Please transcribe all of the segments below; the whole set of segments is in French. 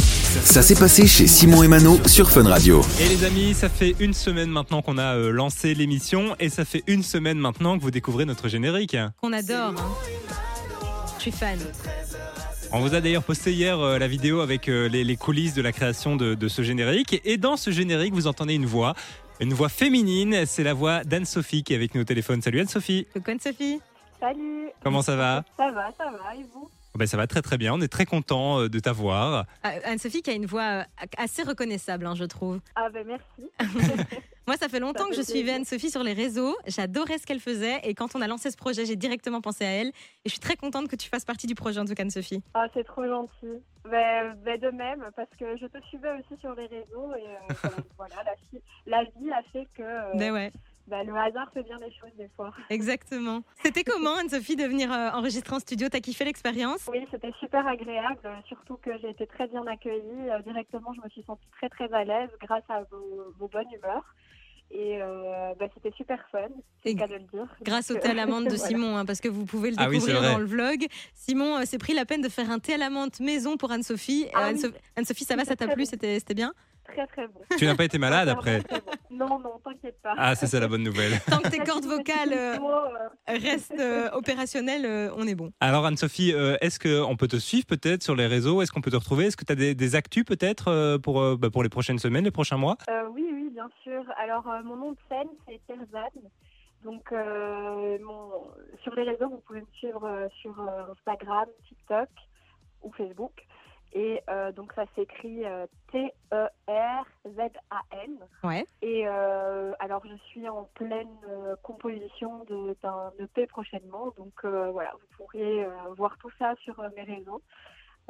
Ça s'est passé chez Simon et Mano sur Fun Radio. Et les amis, ça fait une semaine maintenant qu'on a euh, lancé l'émission et ça fait une semaine maintenant que vous découvrez notre générique. qu'on adore. hein. Je suis fan. On vous a d'ailleurs posté hier euh, la vidéo avec euh, les, les coulisses de la création de, de ce générique et dans ce générique, vous entendez une voix. Une voix féminine, c'est la voix d'Anne-Sophie qui est avec nous au téléphone. Salut Anne-Sophie, Coucou Sophie. Salut, comment ça va ça va, ça va, et vous ben, Ça va très très bien, on est très content euh, de t'avoir. Ah, Anne-Sophie qui a une voix euh, assez reconnaissable, hein, je trouve. Ah ben merci. Moi, ça fait longtemps Ça que je fait suivais plaisir. Anne-Sophie sur les réseaux. J'adorais ce qu'elle faisait. Et quand on a lancé ce projet, j'ai directement pensé à elle. Et je suis très contente que tu fasses partie du projet, en tout cas, Anne-Sophie. Ah c'est trop gentil. Ben, ben, de même, parce que je te suivais aussi sur les réseaux et euh, ben, voilà, la, fi- la vie a fait que euh, Ben ouais, ben, le hasard fait bien les choses des fois. exactement. C'était comment, Anne-Sophie, de venir euh, enregistrer en studio T'as kiffé l'expérience Oui, c'était super agréable, euh, surtout que j'ai été très bien accueillie. Euh, Directement, je me suis sentie très très à l'aise grâce à vos, vos bonnes humeurs. Et euh, ben, c'était super fun, c'est Et le cas de le dire. Grâce au Donc, thé à l'amande de voilà. Simon, hein, parce que vous pouvez le Ah oui, découvrir c'est vrai. dans le vlog. Simon euh, s'est pris la peine de faire un thé à l'amande maison pour Anne-Sophie. Euh, Ah oui. Anne-Sophie, Anne-Sophie, ça va, ça t'a Très plu bon. C'était c'était bien Très très bon. Tu n'as pas été malade après Très bon. Non, non, t'inquiète pas. Ah, c'est ça la bonne nouvelle. Tant que tes Quelques cordes petits vocales euh, mots, euh, restent euh, opérationnelles, euh, on est bon. Alors Anne-Sophie, euh, est-ce qu'on peut te suivre peut-être sur les réseaux Est-ce qu'on peut te retrouver Est-ce que tu as des, des actus peut-être euh, pour, euh, bah, pour les prochaines semaines, les prochains mois Euh, oui, oui, bien sûr. Alors, euh, mon nom de scène, c'est Terzane. Donc, euh, mon... sur les réseaux, vous pouvez me suivre euh, sur euh, Instagram, TikTok ou Facebook. Et euh, donc, ça s'écrit euh, T-E-R-Z-A-N. Ouais. Et euh, alors, je suis en pleine euh, composition de- d'un EP prochainement. Donc, euh, voilà, vous pourrez euh, voir tout ça sur euh, mes réseaux.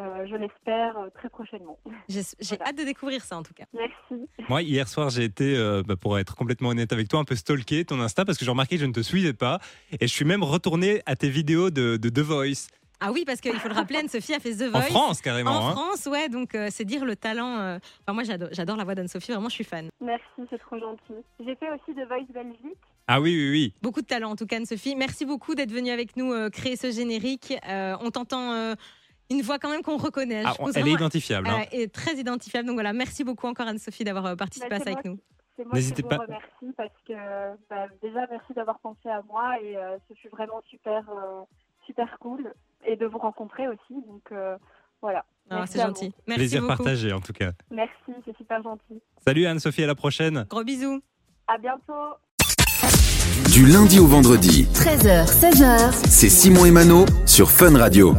Euh, je l'espère euh, très prochainement. J'ai j'ai Voilà. hâte de découvrir ça en tout cas. Merci. Moi, hier soir, j'ai été, euh, bah, pour être complètement honnête avec toi, un peu stalké ton Insta parce que j'ai remarqué que je ne te suivais pas. Et je suis même retourné à tes vidéos de, de The Voice. Ah oui, parce qu'il faut le rappeler, Anne-Sophie a fait The En Voice. France, En carrément. hein. France, ouais, donc euh, c'est dire le talent. euh, Enfin, moi, j'adore- j'adore la voix d'Anne-Sophie, vraiment, je suis fan. Merci, c'est trop gentil. J'ai fait aussi The Voice Belgique. Ah oui, oui, oui. Beaucoup de talent, en tout cas, Anne-Sophie. Merci beaucoup d'être venue avec nous euh, créer ce générique. Euh, on t'entend euh, une voix quand même qu'on reconnaît. Ah, je on- pense elle est vraiment, identifiable. hein. euh, et très identifiable. Donc voilà, merci beaucoup encore, Anne-Sophie, d'avoir euh, participé Bah, à c'est ça avec moi nous. C'est moi N'hésitez qui pas. vous remercie parce que bah, déjà merci d'avoir pensé à moi et euh, ce fut vraiment super euh, super cool et de vous rencontrer aussi donc euh, voilà. Ah, Merci C'est à vous. gentil. Merci Plaisir beaucoup. partagé, en tout cas. Merci, c'est super gentil. Salut Anne-Sophie, à la prochaine. Gros bisous. À bientôt. Du lundi au vendredi, 13h, 16h. c'est Simon et Mano sur Fun Radio.